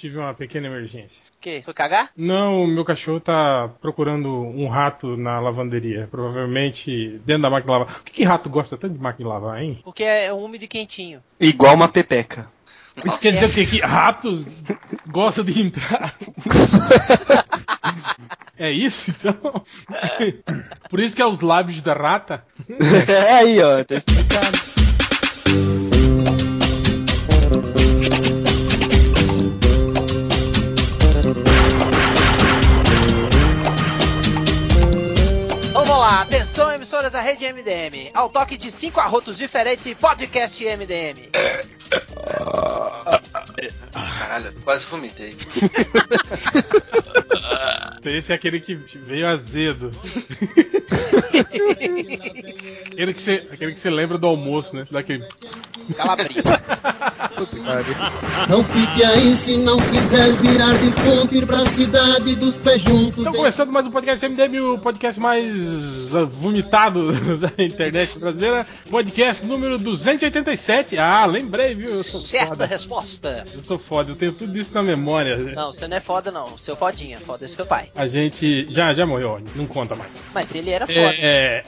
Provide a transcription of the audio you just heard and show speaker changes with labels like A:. A: Tive uma pequena emergência.
B: O quê? Foi cagar?
A: Não, o meu cachorro tá procurando um rato na lavanderia. Provavelmente dentro da máquina de lavar. Por que, que rato gosta tanto de máquina de lavar, hein?
B: Porque é úmido e quentinho.
C: Igual uma pepeca.
A: Isso quer dizer o quê? Que ratos gostam de entrar. É isso, então? Por isso que é os lábios da rata?
C: é aí, ó, tá explicado.
B: Então vamos lá, atenção emissoras da rede MDM. Ao toque de cinco arrotos diferentes, podcast MDM.
D: Caralho, quase vomitei.
A: Esse é aquele que veio azedo. aquele, que você, aquele que você lembra do almoço, né? Daquele...
B: Calabrita.
E: Não fique aí se não quiser virar de ponta, ir pra cidade dos pés juntos.
A: Então, começando mais um podcast MDM, o podcast mais vomitado da internet brasileira. Podcast número 287. Ah, lembrei, viu? Eu sou
B: Certa
A: foda.
B: resposta.
A: Eu sou foda, eu tenho tudo isso na memória.
B: Não, você não é foda, não. Seu fodinha. Foda é seu pai.
A: A gente já, já morreu, ó, não conta mais.
B: Mas ele era foda.
A: É, é,